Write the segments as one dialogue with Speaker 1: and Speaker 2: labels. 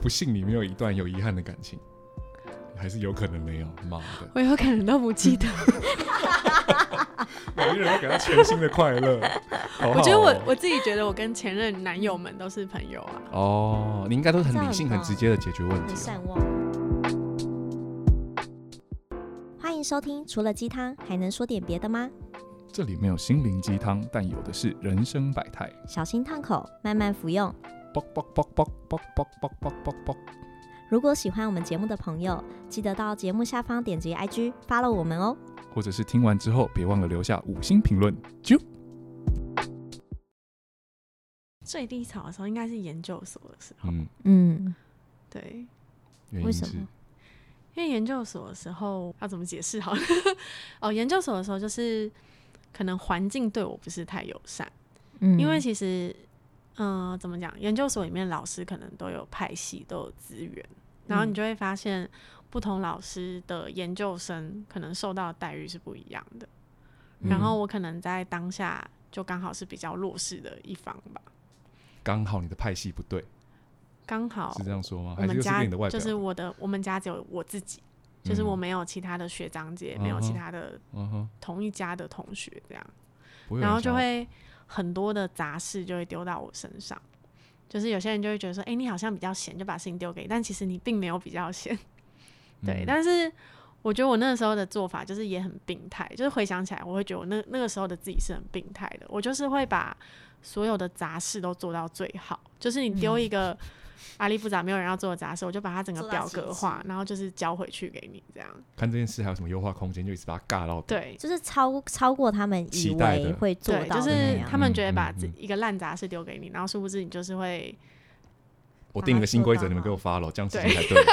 Speaker 1: 不幸里面有一段有遗憾的感情，还是有可能没有。妈的，
Speaker 2: 我有可能都不 记得。
Speaker 1: 每一个人都给他全新的快 乐。好好
Speaker 2: 我觉得我
Speaker 1: 哦
Speaker 2: 我自己觉得我跟前任男友们都是朋友啊。
Speaker 1: 哦，你应该都是很理性、
Speaker 3: 这
Speaker 1: 很
Speaker 3: 样很棒
Speaker 1: 直接的解决问题哦了。
Speaker 3: 很善忘。欢迎收听，除了鸡汤还能说点别的吗？
Speaker 1: 这里没有心灵鸡汤，但有的是人生百态。
Speaker 3: 小心烫口，慢慢服用。
Speaker 1: 啵啵啵啵啵啵啵啵啵啵。
Speaker 3: 如果喜欢我们节目的朋友，记得到节目下方点击 IG follow 我们哦。
Speaker 1: 或者是听完之后别忘了留下五星评论。啾，
Speaker 2: 最低潮的时候应该是研究所的时候，
Speaker 1: 嗯，
Speaker 3: 嗯，
Speaker 2: 对，
Speaker 1: 原因
Speaker 3: 为什
Speaker 1: 是
Speaker 3: 么
Speaker 2: 因为研究所的时候啊要怎么解释好 了？哦，研究所的时候就是可能环境对我不是太友善，
Speaker 3: 嗯
Speaker 2: 因为其实，嗯、怎么讲？研究所里面老师可能都有派系，都有资源，然后你
Speaker 3: 嗯
Speaker 2: 就会发现不同老师的研究生可能受到的待遇是不一样的。
Speaker 1: 嗯
Speaker 2: 然后我可能在当下就刚好是比较弱势的一方吧，
Speaker 1: 刚好你的派系不对，
Speaker 2: 刚好
Speaker 1: 是这样说吗？
Speaker 2: 哦我
Speaker 1: 还是
Speaker 2: 们
Speaker 1: 又是
Speaker 2: 家
Speaker 1: 跟你的外表？嗯
Speaker 2: 就是我的，我们家只有我自己，就是我没有其他的学长姐，没有
Speaker 1: 嗯
Speaker 2: 其
Speaker 1: 哼
Speaker 2: 他的
Speaker 1: 嗯哼，
Speaker 2: 同一家的同学这样。
Speaker 1: 不会有人
Speaker 2: 然后就
Speaker 1: 想要
Speaker 2: 会很多的杂事就会丢到我身上。就是有些人就会觉得说，哎、你好像比较闲，就把事情丢给你，但其实你并没有比较闲。对，
Speaker 1: 嗯
Speaker 2: 但是我觉得我那时候的做法就是也很病态，就是回想起来，我会觉得我那那个时候的自己是很病态的。我就是会把所有的杂事都做到最好，就是你
Speaker 1: 嗯
Speaker 2: 丢一个阿里不杂没有人要做的杂事，我就把它整个
Speaker 3: 做到
Speaker 2: 表
Speaker 3: 极
Speaker 2: 格
Speaker 3: 致
Speaker 2: 化，然后就是交回去给你这样。
Speaker 1: 看这件事还有什么优化空间，就一直把它尬到底。
Speaker 2: 对，
Speaker 3: 就是超超过他们以
Speaker 1: 期待
Speaker 3: 为
Speaker 1: 的
Speaker 3: 会做
Speaker 2: 对，
Speaker 3: 到
Speaker 2: 就
Speaker 3: 的
Speaker 2: 是
Speaker 3: 那样
Speaker 2: 他们
Speaker 1: 嗯
Speaker 2: 觉得
Speaker 1: 嗯
Speaker 2: 把
Speaker 1: 嗯
Speaker 2: 自一个烂杂事丢给你，然后殊不知你就是会，
Speaker 1: 我定了个新规
Speaker 3: 把
Speaker 1: 则，
Speaker 3: 它
Speaker 1: 你们给
Speaker 3: 做
Speaker 1: 我 follow，这样事情
Speaker 2: 对
Speaker 1: 才 对。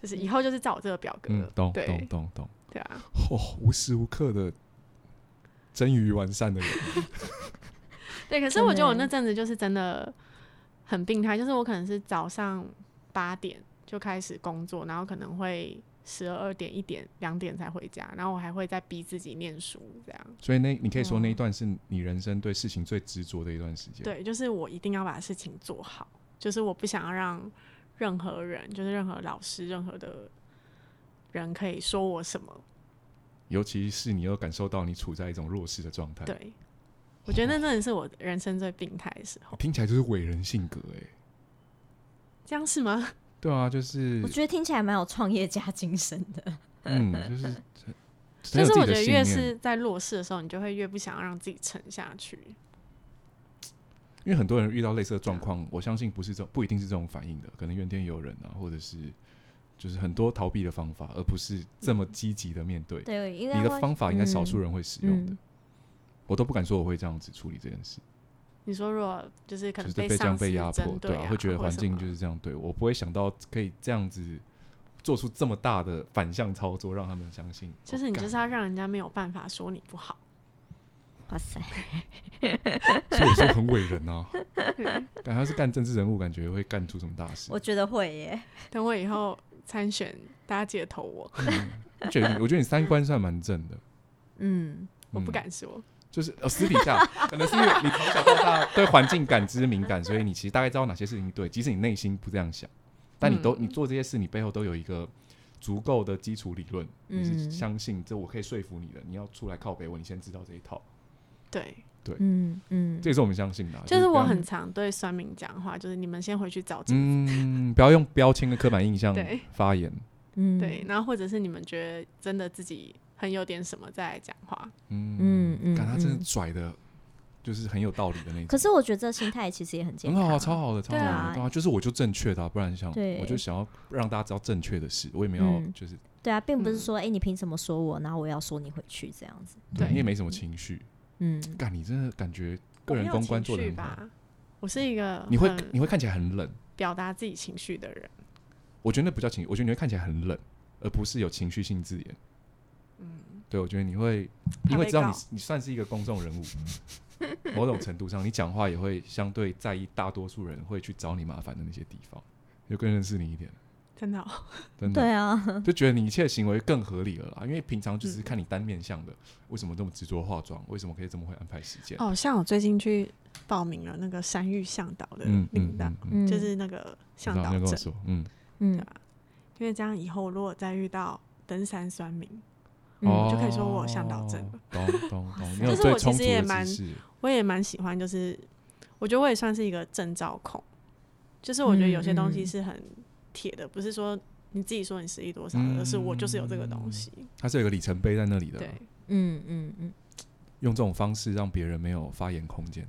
Speaker 2: 就是以后就是照我这个表格
Speaker 1: 嗯
Speaker 2: 了，，
Speaker 1: 懂
Speaker 2: 对
Speaker 1: 懂懂懂。
Speaker 2: 对啊，
Speaker 1: 哦，无时无刻的真于完善的人，
Speaker 2: 对。可是
Speaker 3: 真
Speaker 2: 我觉得我
Speaker 3: 的
Speaker 2: 那阵子就是真的很病态，就是我可能是早上八点就开始工作，然后可能会十二点、一点、两点才回家，然后我还会再逼自己念书，这样。
Speaker 1: 所以那你可以说那一段是你人生对事情最执着的一段时间。，
Speaker 2: 嗯对，就是我一定要把事情做好，就是我不想要让任何人，就是任何老师、任何的人可以说我什么。
Speaker 1: 尤其是你又感受到你处在一种弱势的状态，
Speaker 2: 对，我觉得那真的是我人生最病态的时候。
Speaker 1: 听起来就是伟人性格哎。
Speaker 2: 这样是吗？
Speaker 1: 对啊，就是
Speaker 3: 我觉得听起来蛮有创业家精神的。
Speaker 1: 嗯，就是很很有
Speaker 2: 但是
Speaker 1: 自己
Speaker 2: 我
Speaker 1: 的
Speaker 2: 觉得
Speaker 1: 信
Speaker 2: 越
Speaker 1: 念。
Speaker 2: 是在弱势的时候，你就会越不想要让自己沉下去。
Speaker 1: 因为很多人遇到类似的状况，我相信不是这不一定是这种反应的，可能怨天尤人啊，或者是就是很多逃避的方法，而不是这么积极的面对。
Speaker 3: 对，应
Speaker 1: 你的方法应该少数人会使用的，
Speaker 3: 嗯
Speaker 1: 我都不敢说我会这样子处理这件事，
Speaker 2: 你说如果就是可
Speaker 1: 就
Speaker 2: 能
Speaker 1: 是被这
Speaker 2: 上
Speaker 1: 样
Speaker 2: 司
Speaker 1: 被压迫
Speaker 2: 针，对
Speaker 1: 啊，会觉得
Speaker 2: 或
Speaker 1: 环
Speaker 2: 什
Speaker 1: 境
Speaker 2: 么
Speaker 1: 就是这样对我，不会想到可以这样子做出这么大的反向操作，让他们相信。
Speaker 2: 就是你
Speaker 1: 哦
Speaker 2: 就是
Speaker 1: 干
Speaker 2: 要让人家没有办法说你不好。
Speaker 3: 哇塞，
Speaker 1: 所以我说很伟人 啊，感觉是干政治人物，感觉会干出什么大事。
Speaker 3: 我觉得会耶。
Speaker 2: 等我以后 参选，大家记得投我，
Speaker 1: 我觉得你我觉得你三观算蛮正的，
Speaker 3: 嗯，
Speaker 2: 我不
Speaker 1: 嗯
Speaker 2: 敢说。
Speaker 1: 就是呃私底下，可能是因为你从小到大对环境感知敏感，所以你其实大概知道哪些事情对，即使你内心不这样想，但你都、
Speaker 3: 嗯
Speaker 1: 你做这些事，你背后都有一个足够的基础理论，你是
Speaker 3: 嗯
Speaker 1: 相信这我可以说服你的，你要出来靠北我，你先知道这一套，
Speaker 2: 对，
Speaker 3: 嗯嗯
Speaker 1: 这也是我们相信的啊、
Speaker 2: 就是
Speaker 1: 不
Speaker 2: 我
Speaker 1: 要
Speaker 2: 很常对酸民讲话，就是你们先回去找自己。
Speaker 1: 嗯，不要用标签跟刻板印象
Speaker 2: 对
Speaker 1: 发言，
Speaker 3: 嗯
Speaker 2: 对，然后或者是你们觉得真的自己很有点什么再来讲话。
Speaker 1: 嗯
Speaker 3: 嗯嗯
Speaker 1: 感他真的
Speaker 3: 嗯
Speaker 1: 拽的，就是很有道理的那种。
Speaker 3: 可是我觉得这心态其实也很健
Speaker 1: 很
Speaker 3: 康，
Speaker 1: 好啊，超好的，超好
Speaker 2: 对
Speaker 1: 的，
Speaker 3: 啊
Speaker 1: 对啊，就是我就正确的、啊，不然想，
Speaker 3: 对
Speaker 1: 我就想要让大家知道正确的事，我也没有
Speaker 3: 嗯
Speaker 1: 就是
Speaker 3: 对啊，并不是
Speaker 2: 嗯
Speaker 3: 说哎、诶你凭什么说我，然后我要说你回去这样子。
Speaker 1: 对
Speaker 2: 对
Speaker 1: 你也没什么情绪，
Speaker 3: 嗯，
Speaker 1: 干你真的感觉个
Speaker 2: 我
Speaker 1: 人
Speaker 2: 没有
Speaker 1: 公关
Speaker 2: 情
Speaker 1: 做的
Speaker 2: 绪
Speaker 1: 很好，
Speaker 2: 吧。嗯我是一个
Speaker 1: 你会
Speaker 2: 很
Speaker 1: 你会看起来很冷，
Speaker 2: 表达自己情绪的人。
Speaker 1: 我觉得那不叫情绪，我觉得你会看起来很冷，而不是有情绪性字眼。嗯，对，我觉得你会
Speaker 2: 怕
Speaker 1: 因为
Speaker 2: 被
Speaker 1: 知道
Speaker 2: 告
Speaker 1: 你你算是一个公众 人物，某种程度上你讲话也会相对在意大多数人会去找你麻烦的那些地方，有更认识你一点。
Speaker 2: 真的哦、
Speaker 1: 真的
Speaker 3: 对啊，
Speaker 1: 就觉得你一切行为更合理了啦。因为平常就只
Speaker 2: 嗯
Speaker 1: 是看你单面向的，为什么这么执着化妆？为什么可以这么会安排时间？
Speaker 2: 哦，像我最近去报名了那个山域向导的
Speaker 1: 嗯嗯
Speaker 2: 领带，
Speaker 1: 嗯，嗯
Speaker 3: 嗯，
Speaker 2: 就是啊那个向
Speaker 1: 我知道
Speaker 2: 导
Speaker 1: 你有跟我
Speaker 2: 证，
Speaker 1: 说，嗯，
Speaker 3: 嗯
Speaker 2: 因为这样以后如果再遇到登山酸民，
Speaker 3: 嗯
Speaker 1: 哦
Speaker 2: 就可以说我有向导证了
Speaker 1: 懂懂 懂，你有
Speaker 2: 就是
Speaker 1: 最
Speaker 2: 我其
Speaker 1: 充
Speaker 2: 实
Speaker 1: 足
Speaker 2: 也
Speaker 1: 的
Speaker 2: 蛮
Speaker 1: 知识，
Speaker 2: 我也蛮喜欢，就是我觉得我也算是一个证照控，就是我觉得有些东
Speaker 3: 嗯
Speaker 2: 西
Speaker 3: 嗯
Speaker 2: 是很铁的，不是说你自己说你实力多少，
Speaker 1: 嗯
Speaker 2: 而是我就是有这个东西。
Speaker 1: 它是有一个里程碑在那里的啦。
Speaker 2: 对，
Speaker 3: 嗯嗯嗯，
Speaker 1: 用这种方式让别人没有发言空间。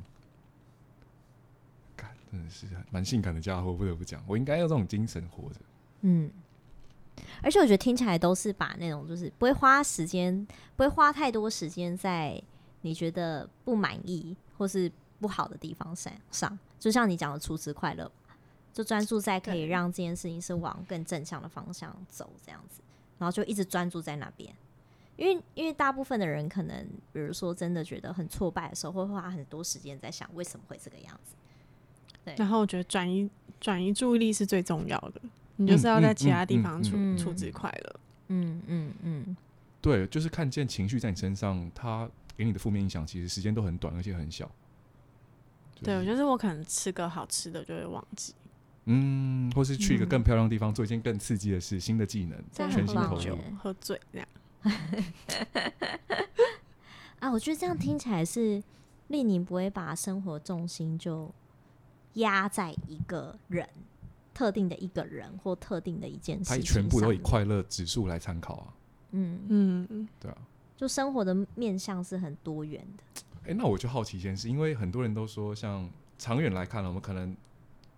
Speaker 1: 干真的是蛮性感的家伙，不得不讲，我应该用这种精神活着。
Speaker 3: 嗯，而且我觉得听起来都是把那种就是不会花时间，不会花太多时间在你觉得不满意或是不好的地方上上，就像你讲的厨师快乐，就专注在可以
Speaker 2: 对
Speaker 3: 让这件事情是往更正向的方向走这样子，然后就一直专注在那边。因为因为大部分的人可能，比如说真的觉得很挫败的时候，会花很多时间在想为什么会这个样子。
Speaker 2: 然后我觉得转移转移注意力是最重要的，你就是要
Speaker 1: 嗯
Speaker 2: 在
Speaker 1: 嗯
Speaker 2: 其他地
Speaker 1: 嗯
Speaker 2: 方
Speaker 1: 嗯
Speaker 2: 处
Speaker 3: 嗯
Speaker 2: 处置快乐。
Speaker 3: 嗯嗯嗯
Speaker 1: 对，就是看见情绪在你身上，它给你的负面影响其实时间都很短，而且很小。
Speaker 3: 嗯
Speaker 1: 就
Speaker 2: 对，
Speaker 1: 是
Speaker 2: 我觉得我可能吃个好吃的就会忘记，
Speaker 1: 嗯，或是去一个
Speaker 3: 嗯
Speaker 1: 更漂亮的地方，做一件更刺激的事，新的技能，
Speaker 3: 这样
Speaker 1: 全
Speaker 3: 很
Speaker 1: 心
Speaker 3: 棒
Speaker 1: 投
Speaker 3: 耶
Speaker 1: 入。
Speaker 2: 喝醉这样。
Speaker 3: 啊，我觉得这样听起来是令你不会把生活重心就压在一个人特定的一个人或特定的一件事
Speaker 1: 它
Speaker 3: 情
Speaker 1: 全部都以
Speaker 3: 上面
Speaker 1: 快乐指数来参考啊，
Speaker 3: 嗯，
Speaker 2: 嗯，
Speaker 1: 对啊。
Speaker 3: 就生活的面向是很多元的，
Speaker 1: 诶，那我就好奇一件事，因为很多人都说，像长远来看了，我们可能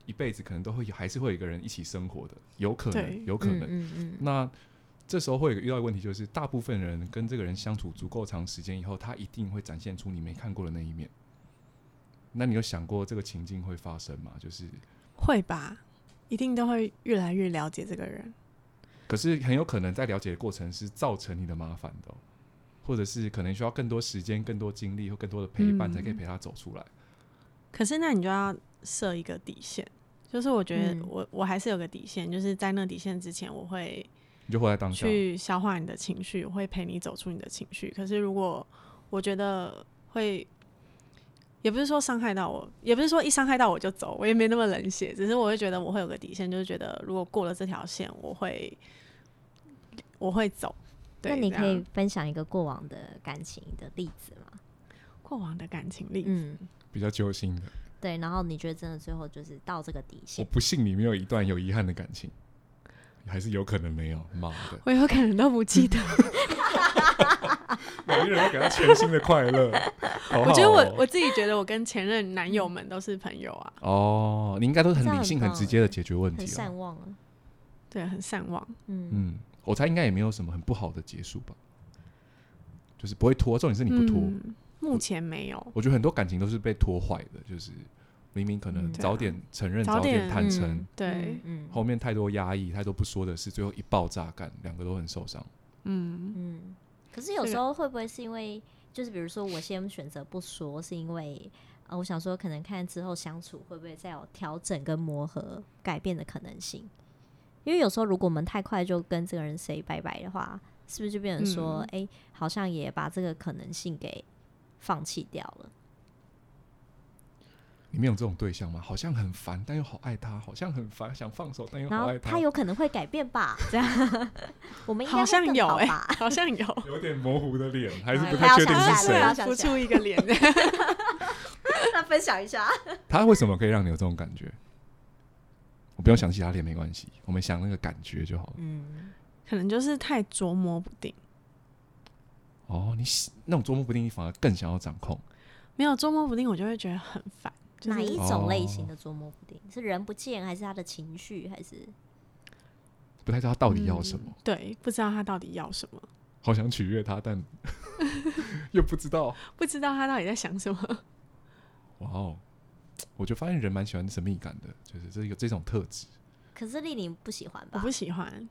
Speaker 1: 一辈子可能都会有还是会有一个人一起生活的，有可
Speaker 2: 对
Speaker 1: 能，有可能。
Speaker 3: 嗯嗯嗯
Speaker 1: 那这时候会有一个遇到一个问题，就是大部分人跟这个人相处足够长时间以后，他一定会展现出你没看过的那一面。那你有想过这个情境会发生吗？就是，
Speaker 2: 会吧，一定都会越来越了解这个人。
Speaker 1: 可是很有可能在了解的过程是造成你的麻烦的哦、或者是可能需要更多时间、更多精力或更多的陪伴，
Speaker 2: 嗯
Speaker 1: 才可以陪他走出来。
Speaker 2: 可是那你就要设一个底线，就是我觉得
Speaker 3: 嗯
Speaker 2: 我、我还是有个底线，就是在那底线之前，我会
Speaker 1: 你就活在当下。
Speaker 2: 去消化你的情绪，我会陪你走出你的情绪。可是如果我觉得会，也不是说伤害到我，也不是说一伤害到我就走，我也没那么冷血，只是我会觉得我会有个底线，就是觉得如果过了这条线，我会我会走。对，啊
Speaker 3: 那你
Speaker 2: 这
Speaker 3: 可以
Speaker 2: 样
Speaker 3: 分享一个过往的感情的例子吗？
Speaker 2: 过往的感情例子，
Speaker 3: 嗯，
Speaker 1: 比较揪心的，
Speaker 3: 对，然后你觉得真的最后就是到这个底
Speaker 1: 我
Speaker 3: 线，
Speaker 1: 不信你没有一段有遗憾的感情，还是有可能没有。妈的，
Speaker 2: 我有可能都不 记得。
Speaker 1: 每一个人都给他全新的快乐。好好
Speaker 2: 我觉得
Speaker 1: 哦
Speaker 2: 我我自己觉得我跟前任男友们都是朋友啊，
Speaker 1: 哦，你应该都是
Speaker 3: 这
Speaker 1: 很
Speaker 3: 样
Speaker 1: 理性、
Speaker 3: 很
Speaker 1: 很
Speaker 3: 棒
Speaker 1: 直接的解决问
Speaker 3: 很
Speaker 1: 题了。
Speaker 3: 善忘啊，
Speaker 2: 对，很善忘。
Speaker 3: 嗯
Speaker 1: 嗯，我猜应该也没有什么很不好的结束吧，就是不会拖。重点是你不拖，
Speaker 2: 嗯目前没有。
Speaker 1: 我觉得很多感情都是被拖坏的，就是明明可能
Speaker 3: 嗯
Speaker 1: 早点承认、
Speaker 2: 早
Speaker 1: 早
Speaker 2: 点
Speaker 1: 点坦诚，
Speaker 3: 嗯
Speaker 2: 对
Speaker 3: 嗯
Speaker 1: 后面太多压抑、太多不说的事，最后一爆炸干，两个都很受伤。
Speaker 2: 嗯，
Speaker 3: 嗯，可是有
Speaker 2: 这
Speaker 3: 时
Speaker 2: 个
Speaker 3: 候会不会是因为，就是比如说我先选择不说，是因为呃，我想说可能看之后相处会不会再有调整跟磨合、改变的可能性？因为有时候如果我们太快就跟这个人 say 拜拜的话，是不是就变成说，
Speaker 2: 嗯
Speaker 3: 哎、好像也把这个可能性给放弃掉了？
Speaker 1: 你们有这种对象吗？好像很烦，但又好爱他；好像很烦，想放手，但又
Speaker 3: 然
Speaker 1: 好
Speaker 3: 后
Speaker 1: 爱
Speaker 3: 他有可能会改变吧？ 这样，我们应该
Speaker 2: 好像有
Speaker 3: 哎、
Speaker 2: 哎、 好像有，
Speaker 1: 有点模糊的 脸，还是
Speaker 3: 哎
Speaker 1: 不
Speaker 3: 他要
Speaker 1: 太确定
Speaker 3: 想
Speaker 1: 是
Speaker 3: 起来了
Speaker 1: 谁。
Speaker 2: 啊浮出一个 脸，
Speaker 3: 那 分享一下，
Speaker 1: 他为什么可以让你有这种感觉？我不用想其他脸没关系，我们想那个感觉就好了。
Speaker 3: 嗯，
Speaker 2: 可能就是太琢磨不定。
Speaker 1: 哦，你喜那种捉摸不定，你反而更想要掌控。
Speaker 2: 没有捉摸不定，我就会觉得很烦。就
Speaker 3: 哪一
Speaker 2: 是
Speaker 1: 哦
Speaker 3: 种类型的捉摸不定？是人不见，还是他的情绪，还是？
Speaker 1: 不太知道他到底要什
Speaker 3: 嗯
Speaker 1: 么，
Speaker 2: 嗯对，不知道他到底要什么，
Speaker 1: 好想取悦他，但 又不知道。
Speaker 2: 不知道他到底在想什么。
Speaker 1: 哇哦，我就发现人蛮喜欢神秘感的，就是这个这种特质。
Speaker 3: 可是丽玲不喜欢
Speaker 2: 我
Speaker 3: 吧
Speaker 2: 不？喜欢，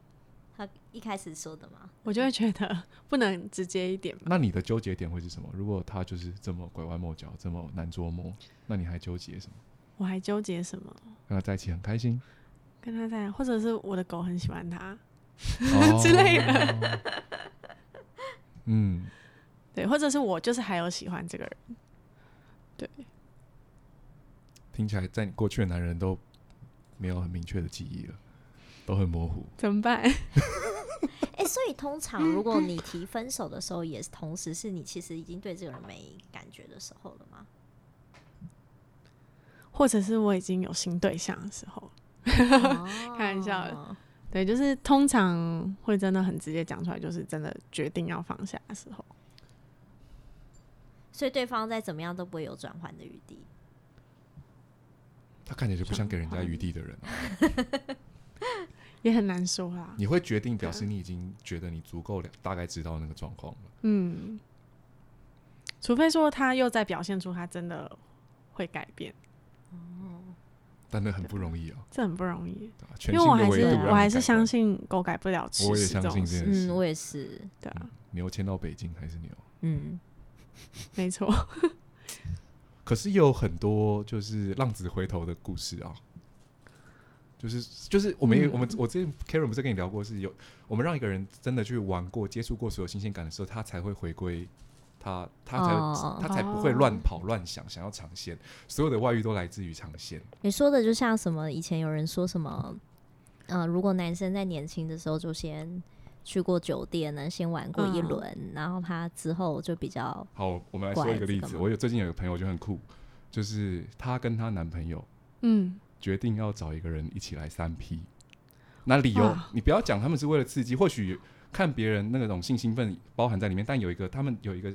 Speaker 3: 她一开始说的嘛，
Speaker 2: 我就会觉得不能直接一点嘛。
Speaker 1: 那你的纠结点会是什么？如果他就是这么拐弯抹角，这么难捉摸，那你还纠结什么？
Speaker 2: 我还纠结什么？
Speaker 1: 跟他在一起很开心，
Speaker 2: 跟他在，或者是我的狗很喜欢他，
Speaker 1: 哦
Speaker 2: 之类
Speaker 1: 的。哦嗯，
Speaker 2: 对，或者是我就是还有喜欢这个人，
Speaker 1: 听起来在你过去的男人都没有很明确的记忆了，都很模糊。
Speaker 2: 怎么办？
Speaker 3: 哎、所以通常
Speaker 2: 嗯
Speaker 3: 如果你提分手的时候，也是同时是你其实已经对这个人没感觉的时候了吗？
Speaker 2: 或者是我已经有新对象的时候，
Speaker 3: 开
Speaker 2: 开玩笑
Speaker 3: 哦
Speaker 2: 的对，就是通常会真的很直接讲出来，就是真的决定要放下的时候，
Speaker 3: 所以对方再怎么样都不会有转换的余地。
Speaker 1: 他看起来就不像给人家余地的人啊、
Speaker 2: 也很难说啦。
Speaker 1: 你会决定表示你已经觉得你足够了，大概知道那个状况了。
Speaker 2: 嗯，除非说他又在表现出他真的会改变，哦
Speaker 1: 但那很不容易啊，
Speaker 2: 这很不容易。
Speaker 1: 对吧
Speaker 2: 因
Speaker 1: 全
Speaker 2: 为
Speaker 1: 新
Speaker 2: 我
Speaker 1: 的
Speaker 2: 还
Speaker 1: 维
Speaker 2: 是
Speaker 1: 度
Speaker 3: 对
Speaker 1: 让
Speaker 3: 啊
Speaker 1: 你
Speaker 2: 我还是
Speaker 1: 改观
Speaker 2: 相信狗改不了吃
Speaker 1: 我也
Speaker 2: 屎这
Speaker 1: 相信
Speaker 2: 种
Speaker 1: 这
Speaker 2: 事，
Speaker 1: 件事
Speaker 3: 嗯，我也是。
Speaker 2: 对啊，
Speaker 1: 牛迁到北京还是牛。
Speaker 3: 嗯，
Speaker 2: 没错。
Speaker 1: 可是也有很多就是浪子回头的故事啊，就是就是我们也、
Speaker 2: 嗯
Speaker 1: 我们我之前 Karen 不是跟你聊过，是有我们让一个人真的去玩过、接触过所有新鲜感的时候，他才会回归他，他才、
Speaker 3: 哦
Speaker 1: 他才不会乱跑乱想，想要尝鲜。所有的外遇都来自于尝鲜，
Speaker 3: 你说的就像什么？以前有人说什么？呃，如果男生在年轻的时候就先去过酒店呢，先玩过一
Speaker 2: 嗯
Speaker 3: 轮，然后他之后就比较
Speaker 1: 好，我们来说一个例
Speaker 3: 怪这
Speaker 1: 子。
Speaker 3: 个吗
Speaker 1: 我有最近有个朋友就很酷，就是她跟她男朋友
Speaker 2: 嗯，
Speaker 1: 决定要找一个人一起来三 P。那理由
Speaker 2: 哇
Speaker 1: 你不要讲，他们是为了刺激，或许看别人那种性兴奋包含在里面，但有一个他们有一个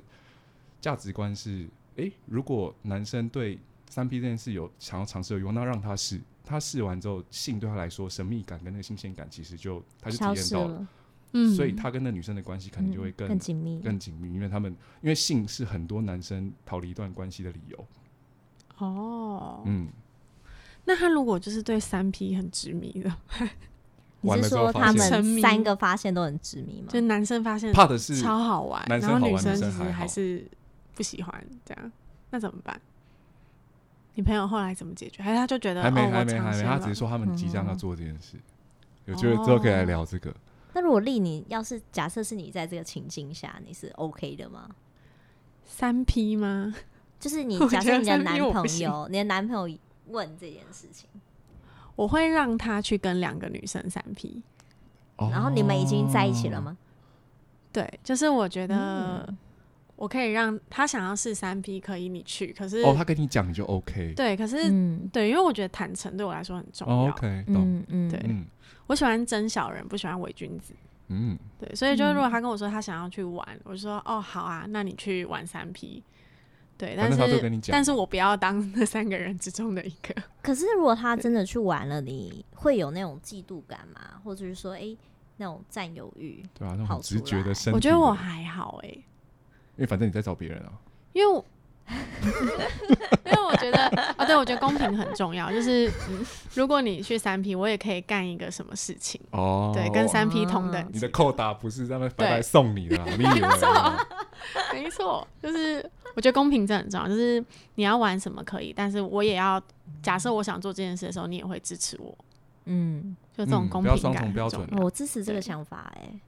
Speaker 1: 价值观是：诶，如果男生对三 P 这件事有想要尝试的欲望，那让他试，他试完之后，性对他来说神秘感跟那个新鲜感其实就他就体
Speaker 3: 消
Speaker 1: 验
Speaker 3: 失
Speaker 1: 到了，
Speaker 3: 了，
Speaker 2: 嗯，
Speaker 1: 所以他跟那女生的关系可能就会
Speaker 3: 嗯
Speaker 1: 更、
Speaker 3: 更紧密。
Speaker 1: 更紧密，因为他们因为性是很多男生逃离一段关系的理由。
Speaker 2: 哦，
Speaker 1: 嗯，
Speaker 2: 那他如果就是对三 P 很执迷的，
Speaker 1: 嗯
Speaker 3: 你
Speaker 1: 完了
Speaker 3: 是
Speaker 1: 之后
Speaker 3: 说
Speaker 1: 发
Speaker 3: 他
Speaker 1: 现
Speaker 2: 沉迷
Speaker 3: 们三个发现都很执迷吗？
Speaker 2: 就男生发现
Speaker 1: 怕的是
Speaker 2: 嗯超好玩，
Speaker 1: 男生
Speaker 2: 然后
Speaker 1: 好
Speaker 2: 女
Speaker 1: 玩
Speaker 2: 生
Speaker 1: 女
Speaker 2: 其
Speaker 1: 生
Speaker 2: 实
Speaker 1: 还好
Speaker 2: 还是不喜欢这样，那怎么办？你朋友后来怎么解决？还是他就觉得
Speaker 1: 还没
Speaker 2: 哦，
Speaker 1: 还
Speaker 2: 我
Speaker 1: 没
Speaker 2: 尝
Speaker 1: 还没，
Speaker 2: 鲜
Speaker 1: 他只
Speaker 2: 了
Speaker 1: 是，说他们即将要
Speaker 3: 嗯
Speaker 1: 做这件事。我觉得之后可以来
Speaker 2: 哦
Speaker 1: 聊这个。
Speaker 3: 那如果丽你要是假设是你在这个情境下，你是 OK 的吗？
Speaker 2: 三 P 吗？
Speaker 3: 就是你
Speaker 2: 我
Speaker 3: 假
Speaker 2: 觉
Speaker 3: 设
Speaker 2: 得
Speaker 3: 你的
Speaker 2: 三 P
Speaker 3: 男
Speaker 2: 我不
Speaker 3: 朋
Speaker 2: 行
Speaker 3: 友，你的男朋友问这件事情，
Speaker 2: 我会让他去跟两个女生三 P。
Speaker 1: 哦
Speaker 3: 然后你们已经在一起了？吗？
Speaker 2: 对，就是我觉得
Speaker 3: 嗯
Speaker 2: 我可以让他想要试三 P，可以你去，可是、
Speaker 1: 哦，他跟你讲你就 OK。
Speaker 2: 对，可是、
Speaker 3: 嗯
Speaker 2: 对，因为我觉得坦诚对我来说很重
Speaker 1: 哦
Speaker 2: 要。
Speaker 1: ，OK，懂。
Speaker 3: 嗯嗯，
Speaker 2: 对
Speaker 1: 嗯
Speaker 2: 我喜欢真小人，不喜欢伪君子。
Speaker 1: 嗯，
Speaker 2: 对，所以就是如果
Speaker 3: 嗯
Speaker 2: 他跟我说他想要去玩，我就说哦好啊，那你去玩三 P。对，
Speaker 1: 反
Speaker 2: 但
Speaker 1: 正他都跟你
Speaker 2: 是
Speaker 1: 讲
Speaker 2: 但是我不要当那三个人之中的一个。
Speaker 3: 可是如果他真的去玩了，你会有那种嫉妒感吗？或者是说，哎、那种占有欲？
Speaker 1: 对啊，那种很
Speaker 3: 跑
Speaker 1: 直
Speaker 3: 出
Speaker 1: 觉的
Speaker 3: 来
Speaker 1: 身体。
Speaker 2: 我觉得我，还好哎、
Speaker 1: 因为反正你在找别人啊。
Speaker 2: 因为我 因为我觉得啊、对我觉得公平很重要。就是嗯如果你去三 P，我也可以干一个什么事情，
Speaker 1: 哦，
Speaker 2: 对，跟三 P
Speaker 3: 哦
Speaker 2: 同等
Speaker 1: 你
Speaker 2: 级。
Speaker 1: 的扣打不是在那白
Speaker 2: 对
Speaker 1: 白送 你的啊，你以为啊？
Speaker 2: 没错，就是我觉得公平这很重要，就是你要玩什么可以，但是我也要假设我想做这件事的时候，你也会支持我，
Speaker 3: 嗯，哦
Speaker 2: 就这种
Speaker 1: 嗯
Speaker 2: 公
Speaker 1: 不要
Speaker 2: 平
Speaker 1: 双
Speaker 2: 感
Speaker 1: 重
Speaker 2: 很
Speaker 1: 标
Speaker 2: 重
Speaker 1: 准
Speaker 2: 要
Speaker 1: 啊
Speaker 3: 我支持这
Speaker 2: 对
Speaker 3: 个想法、哎，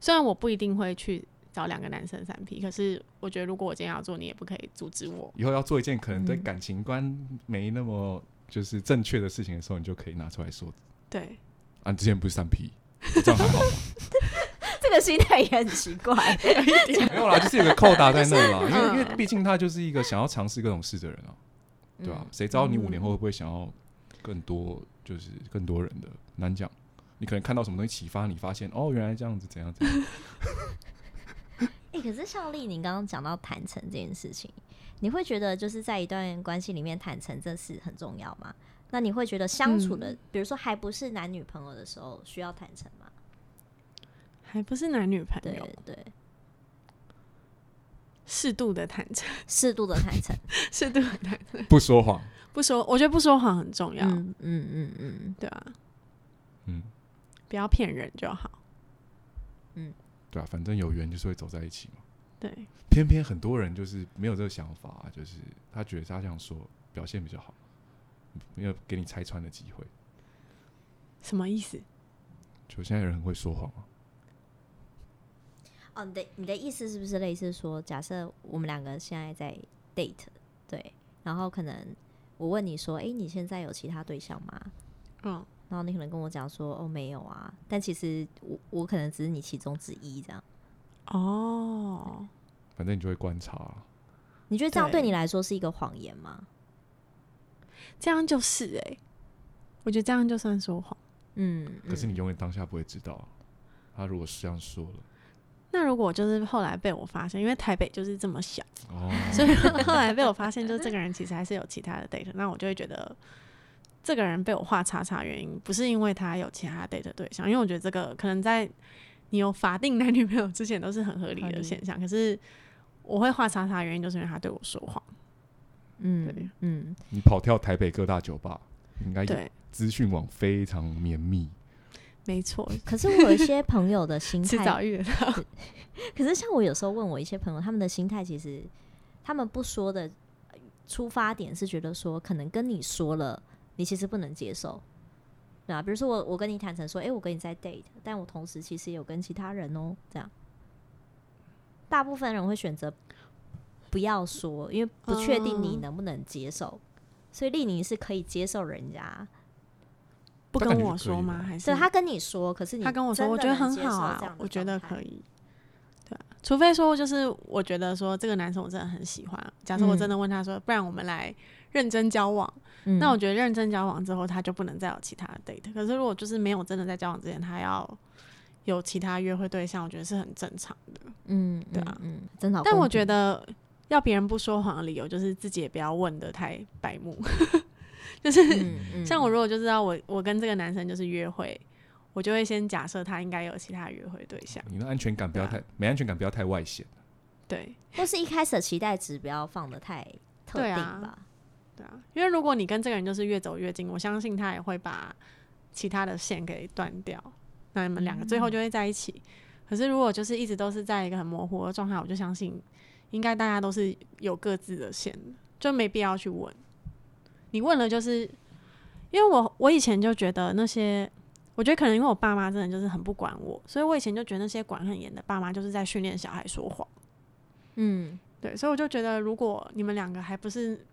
Speaker 2: 虽然我不一定会去找两个男生三 P，可是我觉得如果我今天要做，你也不可以阻止我。
Speaker 1: 以后要做一件可能对
Speaker 3: 嗯
Speaker 1: 感情观没那么就是正确的事情的时候，你就可以拿出来说
Speaker 2: 对，
Speaker 1: 啊，你之前不是三 P，这样还好吗。
Speaker 3: 这个心态也很奇怪。 嗯
Speaker 1: 没有啦，就是有个扣打在那啦，
Speaker 2: 就是
Speaker 1: 因为因
Speaker 2: 嗯
Speaker 1: 为毕竟他就是一个想要尝试各种事的人啊，对吧、谁知道你五
Speaker 2: 嗯
Speaker 1: 年后会不会想要更多，就是更多人的难讲。你可能看到什么东西启发你，发现哦，原来这样子，怎样怎样。
Speaker 3: 哎、可是像丽，你刚刚讲到坦诚这件事情，你会觉得就是在一段关系里面坦诚这事很重要吗？那你会觉得相处的，
Speaker 2: 嗯
Speaker 3: 比如说还不是男女朋友的时候，需要坦诚吗？
Speaker 2: 还不是男女朋
Speaker 3: 对
Speaker 2: 友，
Speaker 3: 对，
Speaker 2: 适度的坦诚，
Speaker 3: 适度的坦诚。
Speaker 2: 适度的坦诚，
Speaker 1: 不说 谎，
Speaker 2: 不说，我觉得不说谎很重要，
Speaker 3: 嗯嗯嗯嗯，
Speaker 2: 对啊，
Speaker 1: 嗯，
Speaker 2: 不要骗人就好。
Speaker 1: 对啊，反正有缘就是会走在一起嘛。
Speaker 2: 对，
Speaker 1: 偏偏很多人就是没有这个想法、啊就是他觉得他想说表现比较好，没有给你拆穿的机会。
Speaker 2: 什么意思？
Speaker 1: 就现在人很会说谎啊，
Speaker 3: 哦，你的你的意思是不是类似说，假设我们两个现在在 date，对，然后可能我问你说，诶，欸你现在有其他对象吗？
Speaker 2: 嗯，
Speaker 3: 然后你可能跟我讲说，哦，没有啊，但其实我我可能只是你其中之一这样。
Speaker 2: 哦，
Speaker 1: 反正你就会观察、啊。
Speaker 3: 你觉得这样对
Speaker 2: 对
Speaker 3: 你来说是一个谎言吗？
Speaker 2: 这样就是哎、我觉得这样就算说谎。
Speaker 3: 嗯，
Speaker 1: 可是
Speaker 3: 嗯
Speaker 1: 你永远当下不会知道啊、他如果是这样说了，
Speaker 2: 那如果就是后来被我发现，因为台北就是这么小，
Speaker 1: 哦，
Speaker 2: 所以 后来被我发现，就是这个人其实还是有其他的 date，那我就会觉得这个人被我画叉叉，原因不是因为他有其他 date 对象，因为我觉得这个可能在你有法定男女朋友之前都是很合理
Speaker 3: 合理
Speaker 2: 的现象，可是我会画叉叉，原因就是因为他对我说谎，对
Speaker 3: 嗯嗯，
Speaker 1: 你跑跳台北各大酒吧，你应
Speaker 3: 哎
Speaker 1: 该
Speaker 2: 对，
Speaker 1: 资讯网非常绵密。
Speaker 2: 没错，
Speaker 3: 可是我有一些朋友的 心
Speaker 2: 迟
Speaker 3: 态
Speaker 2: 早 遇得到，
Speaker 3: 可是像我有时候问我一些朋友，他们的心态其实他们不说的呃出发点是觉得说，可能跟你说了，你其实不能接受，对啊，比如说我我跟你坦诚说，诶，我跟你在 date，但我同时其实有跟其他人哦、这样。大部分人会选择不要说，因为不确定你
Speaker 2: 嗯
Speaker 3: 能不能接受。所以丽宁是可以接受人家，
Speaker 2: 不
Speaker 1: 但感
Speaker 2: 跟
Speaker 1: 觉
Speaker 2: 我
Speaker 1: 就可以
Speaker 2: 说吗？
Speaker 1: 了
Speaker 2: 还是
Speaker 3: 对他跟你说，可是你
Speaker 2: 他跟我说，
Speaker 3: 真
Speaker 2: 我
Speaker 3: 的
Speaker 2: 觉得
Speaker 3: 能
Speaker 2: 很
Speaker 3: 接
Speaker 2: 好
Speaker 3: 受这
Speaker 2: 啊
Speaker 3: 样，的
Speaker 2: 我觉得
Speaker 3: 状态
Speaker 2: 可以。对啊，除非说就是我觉得说这个男生我真的很喜欢，假设我真的问他说，不然我们来认真交往，
Speaker 3: 嗯
Speaker 2: 那我觉得认真交往之后他就不能再有其他的 date。可是如果就是没有真的在交往之前，他要有其他约会对象，我觉得是很正常的。
Speaker 3: 嗯，
Speaker 2: 对啊
Speaker 3: 嗯，嗯真的好公平。
Speaker 2: 但我觉得要别人不说谎的理由，就是自己也不要问的太白目， 就是。
Speaker 3: 嗯，嗯
Speaker 2: 像我如果就知道我我跟这个男生就是约会，我就会先假设他应该有其他约会对象，
Speaker 1: 你的安全感不要太、
Speaker 2: 对
Speaker 1: 没安全感，不要太外显。
Speaker 2: 对
Speaker 3: 或是一开始的期待值不要放的太特
Speaker 2: 对
Speaker 3: 定
Speaker 2: 啊
Speaker 3: 吧。
Speaker 2: 对啊，因为如果你跟这个人就是越走越近，我相信他也会把其他的线给断掉，那你们两个最后就会在一起。可是如果就是一直都是在一个很模糊的状态，我就相信应该大家都是有各自的线的，就没必要去问。你问了就是，因为我我以前就觉得那些，我觉得可能因为我爸妈真的就是很不管我，所以我以前就觉得那些管很严的爸妈就是在训练小孩说谎。
Speaker 3: 嗯
Speaker 2: 对，所以我就觉得，如果你们两个还不是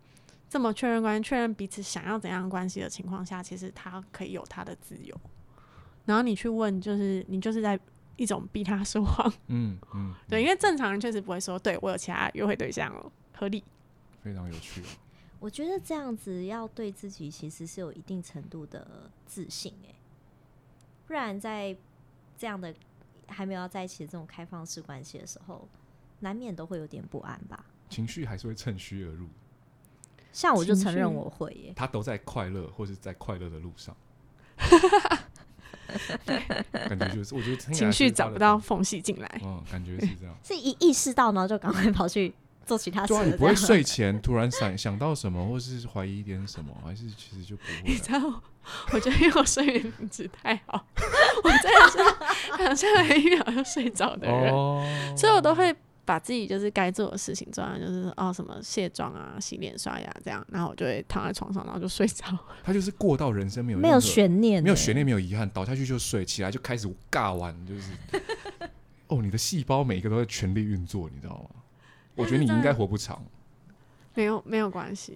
Speaker 2: 这么确认关系、确认彼此想要怎样的关系的情况下，其实他可以有他的自由。然后你去问，就是你就是在一种逼他说谎，
Speaker 1: 嗯嗯，
Speaker 2: 对，
Speaker 1: 嗯
Speaker 2: 因为正常人确实不会说，对我有其他约会对象哦，合理。
Speaker 1: 非常有趣、哦。
Speaker 3: 我觉得这样子要对自己其实是有一定程度的自信哎、不然在这样的还没有要在一起的这种开放式关系的时候，难免都会有点不安吧。
Speaker 1: 情绪还是会趁虚而入，
Speaker 3: 像我就
Speaker 2: 情
Speaker 3: 承认
Speaker 2: 绪
Speaker 3: 我会耶、
Speaker 1: 他都在快乐或是在快乐的路 上。感觉就是，我觉得听起来
Speaker 2: 情绪
Speaker 1: 是他
Speaker 2: 找
Speaker 1: 的
Speaker 2: 不到，缝隙进来，
Speaker 1: 嗯，感觉是这 样。
Speaker 3: 是一意识到，然后就赶快跑去做其他事
Speaker 1: 对啊，
Speaker 3: 了。
Speaker 1: 你不会
Speaker 3: 这样
Speaker 1: 睡前突然想想到什么，或是怀疑一点什么，还是其实就不会
Speaker 2: 你
Speaker 1: 啊。
Speaker 2: 知道我，我觉得因为我睡眠品质太好，我真的是 好像每一秒就睡着的人。
Speaker 1: 哦，
Speaker 2: 所以我都会把自己就是该做的事情做完，就是哦什么卸妆啊、洗脸、刷牙这样，然后我就会躺在床上，然后就睡着。
Speaker 1: 他就是过到人生没有
Speaker 3: 没
Speaker 1: 任何
Speaker 3: 有悬念、
Speaker 1: 没有悬，念，没有遗憾，倒下去就睡，起来就开始尬玩，就是 哦，你的细胞每一个都在全力运作，你知道吗？我觉得你应该活不长。
Speaker 2: 没有没有关系，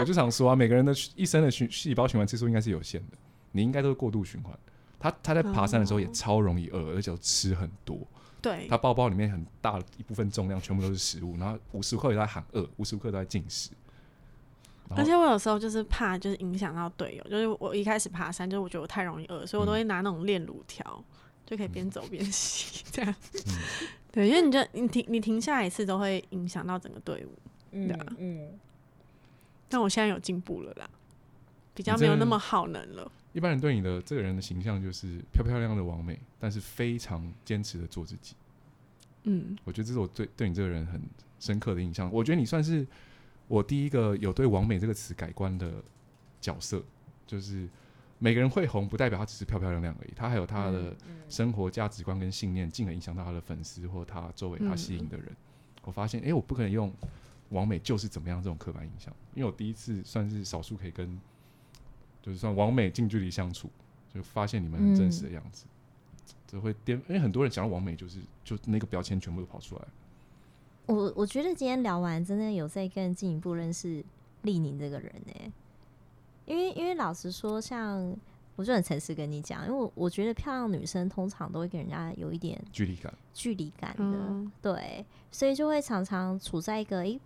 Speaker 1: 我就想说啊，每个人的一生的循细胞循环次数应该是有限的，你应该都是过度循环。他他在爬山的时候也
Speaker 2: 哦
Speaker 1: 超容易饿，而且吃很多。
Speaker 2: 对
Speaker 1: 他包包里面很大的一部分重量全部都是食物，然后无时无刻也在喊饿，无时无刻都在进食。然后
Speaker 2: 而且我有时候就是怕就是影响到队友，就是我一开始爬山，就是我觉得我太容易饿，所以我都
Speaker 1: 嗯
Speaker 2: 会拿那种炼乳条，就可以边走边吸这样。
Speaker 1: 嗯
Speaker 2: 对，因为你就你停你停下来一次都会影响到整个队伍，
Speaker 3: 嗯
Speaker 2: 对啊
Speaker 3: 嗯，
Speaker 2: 但我现在有进步了啦，比较
Speaker 1: 你
Speaker 2: 没有
Speaker 1: 真的
Speaker 2: 那么耗能了。
Speaker 1: 一般人对你的这个人的形象就是漂漂亮亮的完美，但是非常坚持的做自己。
Speaker 2: 嗯，
Speaker 1: 我觉得这是我对对你这个人很深刻的印象。我觉得你算是我第一个有对“完美”这个词改观的角色，就是每个人会红，不代表他只是漂漂亮亮而已，他还有他的
Speaker 3: 嗯
Speaker 1: 生活价值观跟信念，进而影响到他的粉丝或他周围
Speaker 3: 嗯
Speaker 1: 他吸引的人。我发现，诶，我不可能用“完美就是怎么样”这种刻板印象，因为我第一次算是少数可以跟就是算完美近距离相处，就发现你们很真实的
Speaker 3: 嗯
Speaker 1: 样子，这会颠，因为很多人讲到完美就是就那个标签全部都跑出来，
Speaker 3: 我我觉得今天聊完，真的有在更进一步认识丽宁这个人呢、因为因为老实说，像我就很诚实跟你讲，因为我我觉得漂亮女生通常都会给人家有一点
Speaker 1: 距离感，
Speaker 3: 距离感的，
Speaker 2: 嗯
Speaker 3: 对，所以就会常常处在一个诶、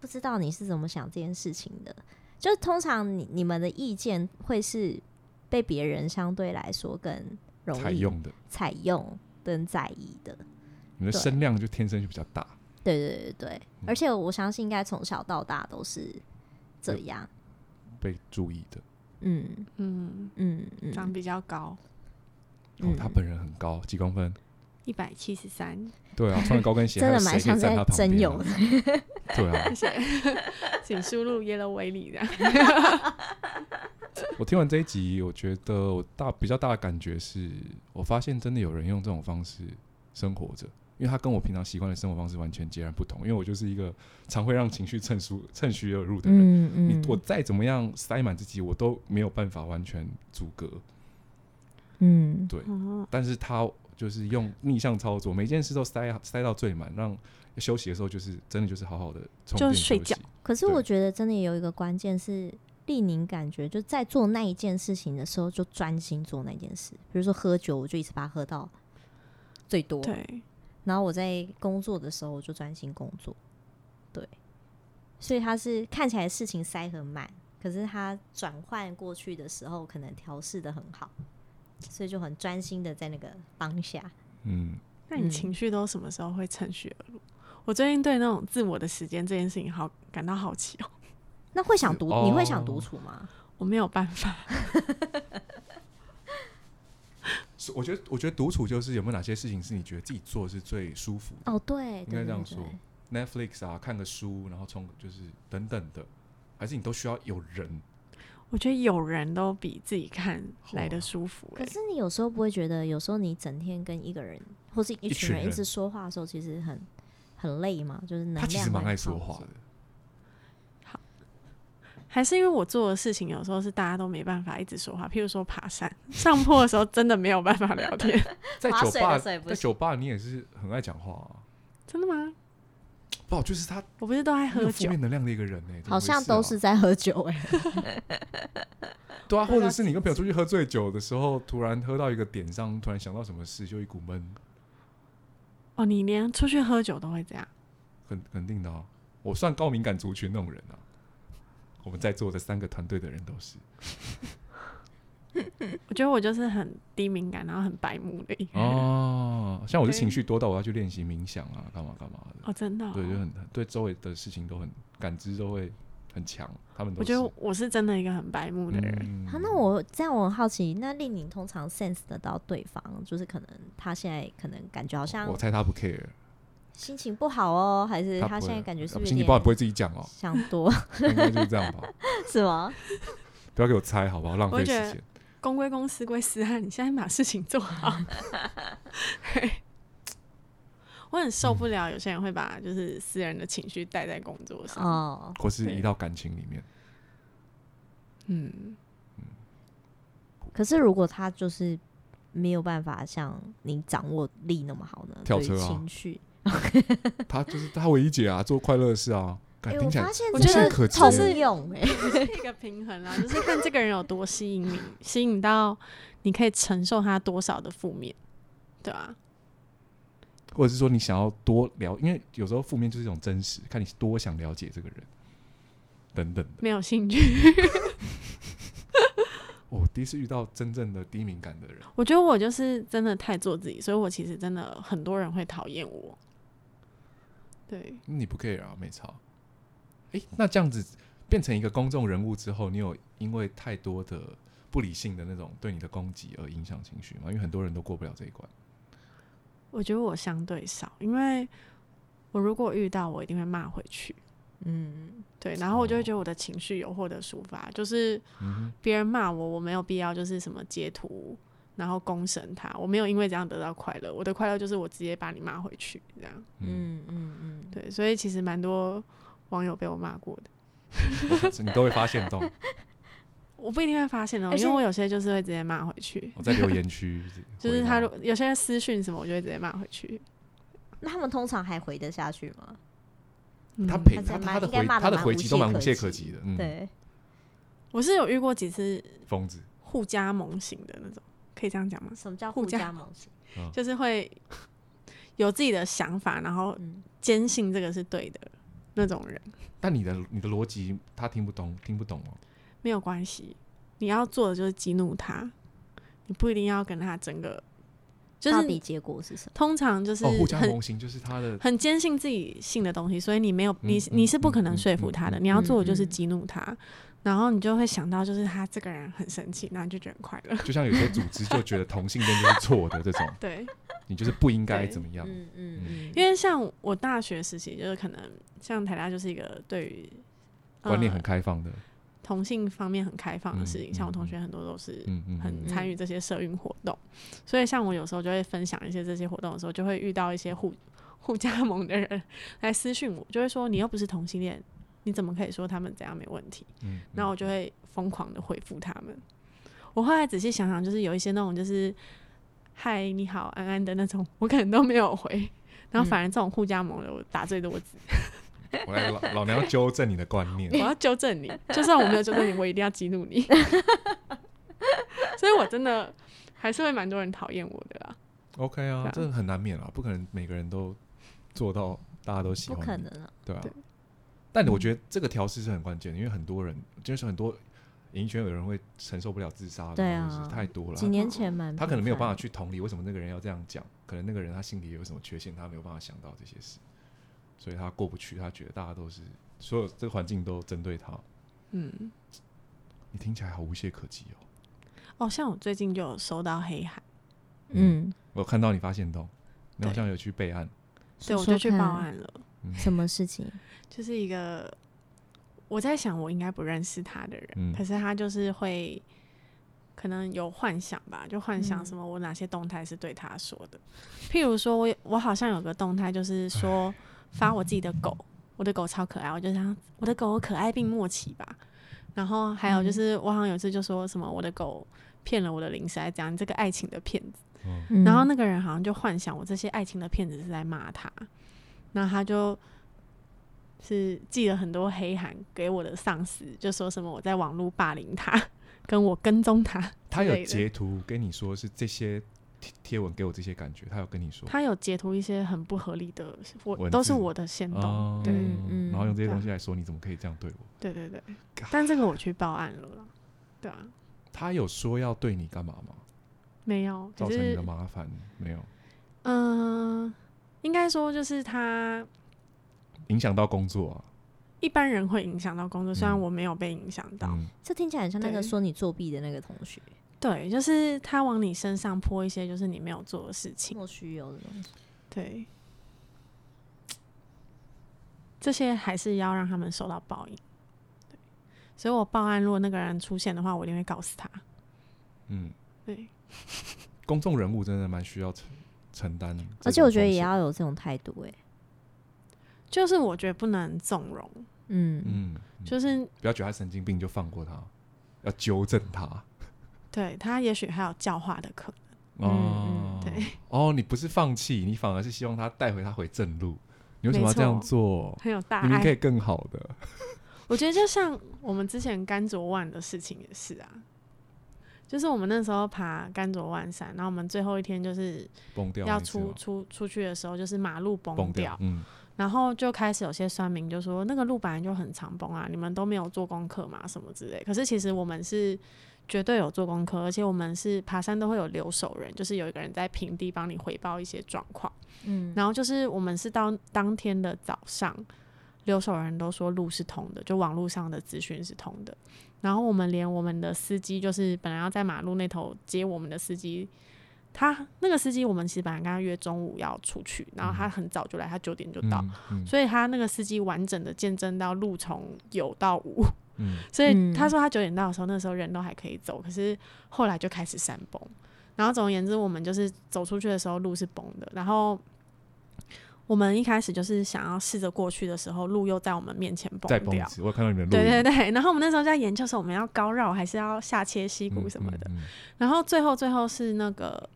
Speaker 3: 不知道你是怎么想这件事情的。就通常你你们的意见会是被别人相对来说更容易
Speaker 1: 采用的，
Speaker 3: 采用跟在意的，
Speaker 1: 你的
Speaker 3: 对
Speaker 1: 声量就天生就比较大，
Speaker 3: 对对对对，
Speaker 1: 嗯
Speaker 3: 而且我相信应该从小到大都是这样，
Speaker 1: 被注意的。
Speaker 3: 嗯
Speaker 2: 嗯，
Speaker 3: 嗯嗯，
Speaker 2: 长比较
Speaker 1: 哦
Speaker 2: 高，
Speaker 3: 嗯，
Speaker 1: 他本人很高，几公分？
Speaker 2: 一百七十三，
Speaker 1: 对啊，穿着高跟鞋，
Speaker 3: 真
Speaker 1: 还有
Speaker 3: 的
Speaker 1: 谁
Speaker 3: 蛮
Speaker 1: 可以
Speaker 3: 像
Speaker 1: 站
Speaker 3: 在
Speaker 1: 他旁
Speaker 3: 征
Speaker 1: 边
Speaker 3: 友
Speaker 1: 啊
Speaker 3: 的，
Speaker 1: 对啊，
Speaker 2: 请输入 yellow 维里这样。
Speaker 1: 我听完这一集，我觉得我大比较大的感觉是，我发现真的有人用这种方式生活着，因为他跟我平常习惯的生活方式完全截然不同。因为我就是一个常会让情绪趁虚 趁虚而入的人，
Speaker 3: 嗯
Speaker 1: 你我再怎么样塞满自己，我都没有办法完全阻隔。
Speaker 3: 嗯
Speaker 2: 哦，
Speaker 1: 但是他就是用逆向操作，每件事都塞塞到最满，让休息的时候就是真的就是好好的充
Speaker 2: 就
Speaker 1: 电
Speaker 2: 睡
Speaker 1: 休息
Speaker 2: 觉。
Speaker 3: 可是
Speaker 1: 对
Speaker 3: 我觉得真的有一个关键是，令宁感觉就在做那一件事情的时候就专心做那件事，比如说喝酒，我就一直把它喝到最多，
Speaker 2: 对，
Speaker 3: 然后我在工作的时候我就专心工作，对，所以他是看起来事情塞很满，可是他转换过去的时候可能调试的很好，所以就很专心的在那个当下，
Speaker 1: 嗯，
Speaker 2: 那你
Speaker 3: 嗯
Speaker 2: 情绪都什么时候会趁虚而入？我最近对那种自我的时间这件事情好感到好奇哦，
Speaker 3: 那会想独，
Speaker 1: 哦
Speaker 3: 你会想独处吗？
Speaker 2: 我没有办法。
Speaker 1: 是我觉得我觉得独处就是有没有哪些事情是你觉得自己做是最舒服的。
Speaker 3: 哦，对，
Speaker 1: 应该
Speaker 3: 对
Speaker 1: 这样
Speaker 3: 对
Speaker 1: 说
Speaker 3: 对
Speaker 1: ，Netflix 啊，看个书，然后冲就是等等的，还是你都需要有人
Speaker 2: 我觉得有人都比自己看来
Speaker 1: 好啊
Speaker 2: 的舒服、欸，
Speaker 3: 可是你有时候不会觉得，有时候你整天跟一个人或是一
Speaker 1: 一群
Speaker 3: 群人一
Speaker 1: 人
Speaker 3: 直说话的时候，其实很很累嘛，就是能量
Speaker 1: 他其实蛮
Speaker 3: 会
Speaker 1: 爱
Speaker 3: 很
Speaker 1: 说
Speaker 3: 耗
Speaker 1: 话
Speaker 3: 尽
Speaker 1: 的。
Speaker 2: 还是因为我做的事情有时候是大家都没办法一直说话，譬如说爬山， 上坡的时候真的没有办法聊天，
Speaker 1: 在
Speaker 3: 划
Speaker 1: 酒
Speaker 3: 水
Speaker 1: 吧，
Speaker 3: 的水不
Speaker 1: 在
Speaker 3: 行
Speaker 1: 酒吧你也是很爱讲话啊，
Speaker 2: 真的吗？
Speaker 1: 不好，就是他
Speaker 2: 我不是都爱
Speaker 1: 很有
Speaker 2: 喝
Speaker 1: 负
Speaker 2: 酒，
Speaker 1: 面能量的一个人呢、怎么
Speaker 3: 好
Speaker 1: 回
Speaker 3: 像
Speaker 1: 事
Speaker 3: 都
Speaker 1: 啊
Speaker 3: 是在喝酒哎、
Speaker 1: 对啊，
Speaker 3: 喝
Speaker 1: 或者
Speaker 3: 到
Speaker 1: 是你跟
Speaker 3: 极
Speaker 1: 朋友出去喝醉酒的时候，突然喝到一个点上，突然想到什么事，就一股闷，
Speaker 2: 哦，你连出去喝酒都会这样，
Speaker 1: 很肯定的、啊。我算高敏感族群那种人啊，我们在座的三个团队的人都是
Speaker 2: 我觉得我就是很低敏感，然后很白目的一个人。
Speaker 1: 哦。像我是
Speaker 2: 对
Speaker 1: 情绪多到我要去练习冥想啊，干嘛干嘛的。
Speaker 2: 哦，真的哦、
Speaker 1: 对，就很很对周围的事情都很感知都会很强，他们都
Speaker 2: 我觉
Speaker 1: 是
Speaker 2: 得我是真的一个很白目的人。
Speaker 1: 嗯
Speaker 3: 好，那我这样我很好奇，那令你通常 sense 得到对方，就是可能他现在可能感觉好像
Speaker 1: 我猜他不 care，
Speaker 3: 心情不好哦，还是
Speaker 1: 不
Speaker 3: 他
Speaker 1: 会
Speaker 3: 现在感觉是
Speaker 1: 啊
Speaker 3: 不是
Speaker 1: 心
Speaker 3: 有
Speaker 1: 情不好也
Speaker 3: 点
Speaker 1: 不会自己讲哦，
Speaker 3: 想多
Speaker 1: 应该就是这样吧，
Speaker 3: 是吗？
Speaker 1: 不要给我猜好不好？浪费
Speaker 2: 我
Speaker 1: 时
Speaker 2: 觉得
Speaker 1: 间。
Speaker 2: 公归公，私归私啊！你现在把事情做好。 嘿我很受不了有些人会把就是私人的情绪带在工作上。
Speaker 3: 哦，
Speaker 1: 或 是啊
Speaker 2: 对
Speaker 1: 移到感情里面，
Speaker 2: 嗯，
Speaker 3: 可是如果他就是没有办法像你掌握力那么好呢，
Speaker 1: 跳
Speaker 3: 对于
Speaker 1: 车啊
Speaker 3: 情绪，
Speaker 1: 他就是他唯一解啊，做快乐的事啊，感
Speaker 3: 哎、
Speaker 1: 听
Speaker 3: 我
Speaker 1: 起来
Speaker 3: 发现
Speaker 2: 我
Speaker 1: 觉
Speaker 3: 这
Speaker 1: 得
Speaker 3: 个
Speaker 1: 可
Speaker 3: 通
Speaker 1: 及
Speaker 3: 用哎、
Speaker 2: 一个平衡啦，就是看这个人有多吸引你，吸引到你可以承受他多少的负面，对啊，
Speaker 1: 或者是说你想要多了，因为有时候负面就是一种真实，看你多想了解这个人，等等的。
Speaker 2: 没有兴趣。
Speaker 1: 我哦第一次遇到真正的低敏感的人，
Speaker 2: 我觉得我就是真的太做自己，所以我其实真的很多人会讨厌我。对，
Speaker 1: 你不 care 啊，没差。诶，那这样子变成一个公众人物之后，你有因为太多的不理性的那种对你的攻击而影响情绪吗？因为很多人都过不了这一关。
Speaker 2: 我觉得我相对少，因为我如果遇到，我一定会骂回去。
Speaker 3: 嗯，
Speaker 2: 对，然后我
Speaker 1: 哦
Speaker 2: 就会觉得我的情绪有获得抒发，就是
Speaker 1: 嗯
Speaker 2: 别人骂我，我没有必要就是什么截图，然后公审他，我没有因为这样得到快乐，我的快乐就是我直接把你骂回去这样。
Speaker 1: 嗯，
Speaker 3: 嗯嗯嗯，
Speaker 2: 对，所以其
Speaker 1: 嗯
Speaker 2: 实蛮多网友被我骂过的，
Speaker 1: 你都会发现到，
Speaker 2: 我不一定会发现哦，
Speaker 3: 而
Speaker 2: 因
Speaker 3: 且
Speaker 2: 为我有些就是会直接骂回去，
Speaker 1: 我在留言区
Speaker 2: 就
Speaker 1: 回
Speaker 2: 是
Speaker 1: 答
Speaker 2: 他如有些私讯什么，我就会直接骂回去。
Speaker 3: 那他们通常还回得下去吗？
Speaker 2: 嗯
Speaker 1: 他陪
Speaker 3: 他
Speaker 1: 他
Speaker 3: 在骂
Speaker 1: 他的
Speaker 3: 应该
Speaker 1: 回
Speaker 3: 骂得
Speaker 1: 他的
Speaker 3: 蛮
Speaker 1: 回
Speaker 3: 无
Speaker 1: 击
Speaker 3: 懈
Speaker 1: 都蛮无
Speaker 3: 可
Speaker 1: 懈
Speaker 3: 击
Speaker 1: 可击的，嗯，
Speaker 3: 对，
Speaker 2: 我是有遇过几次
Speaker 1: 疯子，
Speaker 2: 互加盟型的那种，可以这样讲吗？
Speaker 3: 什么叫
Speaker 2: 互
Speaker 3: 互
Speaker 2: 加
Speaker 3: 加盟型？
Speaker 2: 就是会有自己的想法，然后
Speaker 3: 嗯，
Speaker 2: 坚信这个是对的那种人，
Speaker 1: 但你的你的逻辑他听不懂，听不懂哦。
Speaker 2: 没有关系。你要做的就是激怒他，你不一定要跟他整个，就
Speaker 3: 到底
Speaker 2: 是
Speaker 3: 结果是什么？
Speaker 2: 通常就是
Speaker 1: 哦，互加
Speaker 2: 很
Speaker 1: 盟型就是他的
Speaker 2: 很坚信自己信的东西，所以你没有你
Speaker 1: 嗯
Speaker 2: 你是不可
Speaker 1: 嗯
Speaker 2: 能
Speaker 1: 嗯
Speaker 2: 说服他的。
Speaker 1: 嗯
Speaker 2: 你要做的就是
Speaker 3: 嗯
Speaker 2: 激怒他，然后你就会想到就是他这个人很生气，然后你就觉得很快乐。，
Speaker 1: 就像有些组织就觉得同性恋就是错的这种
Speaker 2: 对，
Speaker 1: 你就是不应该
Speaker 2: 对
Speaker 1: 怎么样。
Speaker 3: 嗯嗯嗯，
Speaker 2: 因为像我大学时期，就是可能像台大就是一个对于、呃
Speaker 1: 观念很开放的，
Speaker 2: 同性方面很开放的事情，
Speaker 1: 嗯
Speaker 2: 像我同
Speaker 1: 嗯
Speaker 2: 学很多都是
Speaker 1: 嗯嗯，
Speaker 2: 很
Speaker 1: 嗯
Speaker 2: 参与这些社运活动，所以像我有时候就会分享一些这些活动的时候，就会遇到一些互 互加盟的人来私讯我，就会说你又不是同性恋，你怎么可以说他们怎样没问题？
Speaker 1: 嗯，
Speaker 2: 然后我就会疯狂的回复他们。我后来仔细想想，就是有一些那种就是“嗨，你好，安安”的那种，我可能都没有回。然后反而这种互加盟的，我打最多字，
Speaker 1: 嗯我来老老娘要纠正你的观念
Speaker 2: 我， 要纠正你，就算我没有纠正你，我一定要激怒你。 所以我真的还是会蛮多人讨厌我的啦。
Speaker 1: OK 啊
Speaker 2: 对啊，
Speaker 1: 这很难免啊，不可能每个人都做到大家都喜
Speaker 3: 不
Speaker 1: 欢，
Speaker 3: 可，能啊，
Speaker 1: 对啊
Speaker 2: 对。
Speaker 1: 但我觉得这个调试是很关键的，因为很多人就是很多演艺圈有人会承受不了自杀的，
Speaker 3: 对啊
Speaker 1: 或者是太多了。
Speaker 3: 几年前
Speaker 2: 嗯
Speaker 3: 蛮
Speaker 1: 他可能没有办法
Speaker 3: 法，
Speaker 1: 去同理为什么那个人要这样讲，可能那个人他心里有什么缺陷，他没有办法想到这些事，所以他过不去，他觉得大家都是所有这个环境都针对他。
Speaker 2: 嗯，
Speaker 1: 你听起来好无懈可击哦。
Speaker 2: 哦，像我最近就有收到黑函，
Speaker 3: 嗯，
Speaker 1: 我看到你发现到，你
Speaker 2: 对
Speaker 1: 好像有去备案，
Speaker 2: 对，
Speaker 3: 说
Speaker 2: 我就去
Speaker 3: 说
Speaker 2: 报
Speaker 3: 看
Speaker 2: 案了。
Speaker 3: 什么 事情？
Speaker 2: 就是一个我在想我应该不认识他的人，
Speaker 1: 嗯
Speaker 2: 可是他就是会可能有幻想吧，就幻想
Speaker 3: 嗯
Speaker 2: 什么我哪些动态是对他说的，譬如说我我好像有个动态就是说发我自己的狗，我的狗超可爱，我就想我的狗可爱并默契吧，然后还有就是我好像有一次就说什么我的狗骗了我的零食，还是怎样你这个爱情的骗子。
Speaker 1: 嗯，
Speaker 2: 然
Speaker 3: 然
Speaker 2: 后那个人好像就幻想我这些爱情的骗子是在骂他，然后他就是寄了很多黑函给我的上司，就说什么我在网络霸凌他， 跟我跟踪他。
Speaker 1: 他有
Speaker 2: 类的
Speaker 1: 截图跟你说是这些贴贴文给我这些感觉，他有跟你说，
Speaker 2: 他有截图一些很不合理的，我
Speaker 1: 文
Speaker 2: 都是
Speaker 1: 字
Speaker 2: 我的先动。
Speaker 1: 哦
Speaker 2: 对啊
Speaker 3: 嗯嗯
Speaker 1: 然后用这些东西来说你怎么可以这样对我？
Speaker 2: 对对对
Speaker 1: God，
Speaker 2: 但这个我去报案了啦，对啊，
Speaker 1: 他有说要对你干嘛吗？
Speaker 2: 没有，
Speaker 1: 造
Speaker 2: 可
Speaker 1: 成你
Speaker 2: 是
Speaker 1: 的麻烦没有？
Speaker 2: 嗯、应该说就是他
Speaker 1: 影响到工作啊？
Speaker 2: 一般人会影响到工作，虽然
Speaker 1: 嗯
Speaker 2: 我没有被影响到，
Speaker 1: 嗯，
Speaker 3: 这听起来很像那个
Speaker 2: 对
Speaker 3: 说你作弊的那个同学，
Speaker 2: 对，就是他往你身上泼一些就是你没有做的事情，
Speaker 3: 莫须有的东西。
Speaker 2: 对，这些还是要让他们受到报应。对，所以我报案，如果那个人出现的话，我一定会告诉他。
Speaker 1: 嗯，
Speaker 2: 对，
Speaker 1: 公众人物真的蛮需要承承担这种风险，
Speaker 3: 而且我觉得也要有这种态度、欸，哎，
Speaker 2: 就是我觉得不能纵容，
Speaker 3: 嗯，
Speaker 1: 嗯，嗯
Speaker 2: 就是
Speaker 1: 不要觉得他神经病就放过他，要纠正他。
Speaker 2: 对他也许还有教化的可能。
Speaker 3: 嗯
Speaker 1: 哦，
Speaker 2: 对，
Speaker 1: 哦，你不是放弃，你反而是希望他带回他回正路。你为什么要这样
Speaker 2: 没错
Speaker 1: 做？
Speaker 2: 很有大
Speaker 1: 明明可
Speaker 2: 爱。
Speaker 1: 以更好的。
Speaker 2: 我觉得就像我们之前甘卓万的事情也是啊，就是我们那时候爬甘卓万山，然后我们最后一天就是
Speaker 1: 崩掉那
Speaker 2: 要
Speaker 1: 一次
Speaker 2: 出
Speaker 1: 吗
Speaker 2: 出出去的时候，就是马路崩
Speaker 1: 崩
Speaker 2: 掉
Speaker 1: 掉，，嗯，
Speaker 2: 然后就开始有些酸民就说那个路本来就很常崩啊，你们都没有做功课嘛，什么之类。可是其实我们是绝对有做功课，而且我们是爬山都会有留守人，就是有一个人在平地帮你回报一些状况。
Speaker 3: 嗯，
Speaker 2: 然后就是我们是到当天的早上，留守人都说路是通的，就网络上的资讯是通的。然后我们连我们的司机，就是本来要在马路那头接我们的司机，他那个司机我们其实本来跟他约中午要出去，然后他很早就来，他九点就到。
Speaker 1: 嗯，嗯
Speaker 2: 所以他那个司机完整的见证到路从有到无，
Speaker 1: 嗯
Speaker 2: 所以
Speaker 3: 嗯
Speaker 2: 他说他九点到的时候，那时候人都还可以走，可是后来就开始山崩。然后总而言之，我们就是走出去的时候路是崩的，然后我们一开始就是想要试着过去的时候，路又在我们面前
Speaker 1: 再
Speaker 2: 崩
Speaker 1: 蹦一
Speaker 2: 掉。
Speaker 1: 次，我有看到你们录嗯
Speaker 2: 对对
Speaker 1: 音
Speaker 2: 对，然后我们那时候在研究说我们要高绕还是要下切溪谷什么的，，
Speaker 1: 嗯嗯嗯
Speaker 2: 然后最后最后是那个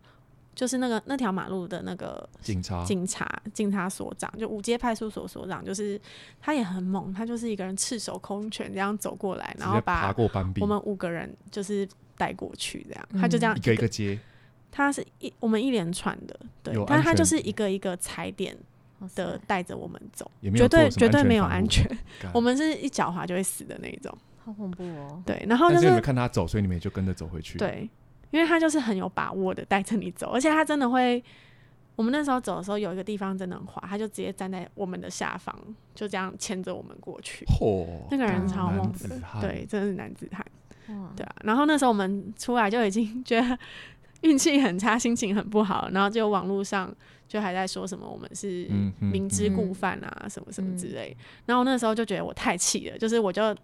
Speaker 2: 就是那个那条马路的那个
Speaker 1: 警察
Speaker 2: 警察、警察所长，就五街派出所所长，就是他也很猛，他就是一个人赤手空拳这样走过来，
Speaker 1: 直
Speaker 2: 然后
Speaker 1: 接爬
Speaker 2: 把
Speaker 1: 过斑比
Speaker 2: 我，们五个人就是带过去，这样、他就这样
Speaker 1: 嗯一个一个接，
Speaker 2: 他是一我们一连串的，对
Speaker 1: 有，
Speaker 2: 但
Speaker 1: 安
Speaker 2: 他就
Speaker 1: 全
Speaker 2: 是一个一个踩点
Speaker 3: 哇塞
Speaker 2: 的带着我们走，
Speaker 1: 也没有
Speaker 2: 绝对
Speaker 1: 做什么
Speaker 2: 绝对没有
Speaker 1: 防护嗯
Speaker 2: 安。全，
Speaker 1: 干
Speaker 2: 我们是一脚滑就会死的那一种，
Speaker 3: 好恐怖哦！
Speaker 2: 对，然后
Speaker 1: 但
Speaker 2: 就是
Speaker 1: 你
Speaker 2: 是
Speaker 1: 们看他走，所以你们也就跟着走回去。，
Speaker 2: 对，因为他就是很有把握的带着你走，而且他真的会。我们那时候走的时候，有一个地方真的很滑，他就直接站在我们的下方，就这样牵着我们过去。
Speaker 1: 嚯，
Speaker 2: 那个人超
Speaker 1: 男
Speaker 2: 猛
Speaker 1: 子
Speaker 2: 的，
Speaker 1: 汉
Speaker 2: 对，真的是男子汉，
Speaker 3: 哇，
Speaker 2: 对啊。然后那时候我们出来就已经觉得运气很差，心情很不好，然后就网络上就还在说什么我们是
Speaker 1: 嗯嗯
Speaker 2: 明知故
Speaker 3: 嗯
Speaker 2: 犯啊，什么什么之
Speaker 3: 嗯
Speaker 2: 类。然后那时候就觉得我太气了，就是我就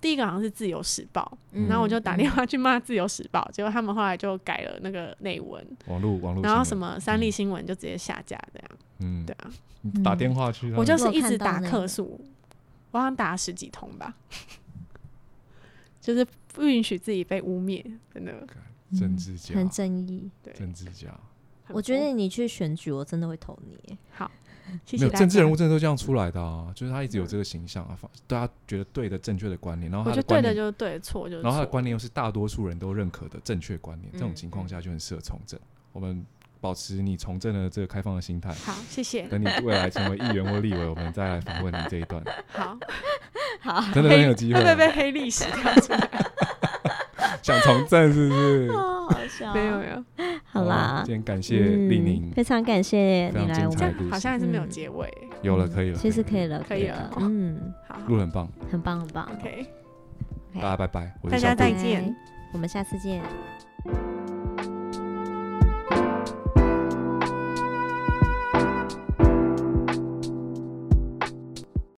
Speaker 2: 第一个好像是《自由时报》，
Speaker 1: 嗯
Speaker 2: 然后我就打电话去骂《自由时报》，结果他们后来就改了那个内文，
Speaker 1: 网络网络，
Speaker 2: 然后什？么三立
Speaker 1: 嗯
Speaker 2: 新闻就直接下架这样。
Speaker 1: 嗯
Speaker 2: 对，啊，
Speaker 1: 你打电话去啊，
Speaker 2: 我就是
Speaker 3: 我有
Speaker 2: 一直
Speaker 3: 看到
Speaker 2: 打
Speaker 3: 那
Speaker 2: 客
Speaker 3: 个
Speaker 2: 诉，我好像打了十几通吧，就是不允许自己被污蔑，真的。
Speaker 3: 嗯
Speaker 1: 政治家，
Speaker 3: 很正义。
Speaker 2: 对，
Speaker 1: 政治家，
Speaker 2: 很
Speaker 3: 我觉
Speaker 2: 疯
Speaker 3: 得你去选举，我真的会投你欸耶。
Speaker 2: 好，谢
Speaker 1: 没
Speaker 2: 谢
Speaker 1: 有
Speaker 2: 大
Speaker 1: 政治人
Speaker 2: 家
Speaker 1: 物，真的都这样出来的啊，就是他一直有
Speaker 2: 嗯
Speaker 1: 这个形象啊，反大家觉得对的正确的观念，然后他
Speaker 2: 我觉得
Speaker 1: 的
Speaker 2: 对
Speaker 1: 观
Speaker 2: 的
Speaker 1: 念，
Speaker 2: 就是对，错就是
Speaker 1: 然后他的
Speaker 2: 错。
Speaker 1: 观念又是大多数人都认可的正确观念，这种
Speaker 3: 嗯
Speaker 1: 情况下就很适合从政。我们保持你从政的这个开放的心态，
Speaker 2: 好，谢谢。
Speaker 1: 等你未来成为议员或立委，我们再来访问你这一段，
Speaker 2: 好，
Speaker 3: 好，
Speaker 1: 真的
Speaker 2: 黑
Speaker 1: 很有机会
Speaker 2: 会 不会
Speaker 1: 啊。
Speaker 2: 被黑历史跳出来？
Speaker 1: 想从政是不是？
Speaker 3: 哦， 好笑。
Speaker 2: 没有没有，
Speaker 3: 好啦
Speaker 1: 今，天感谢丽宁
Speaker 3: 嗯，非常感谢
Speaker 1: 非
Speaker 3: 你
Speaker 1: 常
Speaker 3: 来
Speaker 1: 精
Speaker 3: 我
Speaker 2: 这
Speaker 1: 彩
Speaker 2: 样
Speaker 3: 们，
Speaker 1: 的故
Speaker 2: 好
Speaker 1: 事
Speaker 2: 像，还是没有
Speaker 3: 嗯
Speaker 2: 结尾。
Speaker 1: 有了可以了，
Speaker 3: 其实可以了，
Speaker 2: 可以
Speaker 3: 了
Speaker 2: 了，
Speaker 3: 嗯，
Speaker 2: 好
Speaker 1: 录得很棒，
Speaker 3: 很棒很棒。
Speaker 2: ，OK。
Speaker 1: 大家拜拜，我是
Speaker 2: 大家
Speaker 1: 小
Speaker 2: 再
Speaker 1: 顾
Speaker 2: 见，
Speaker 3: 我们下次见。
Speaker 1: 拜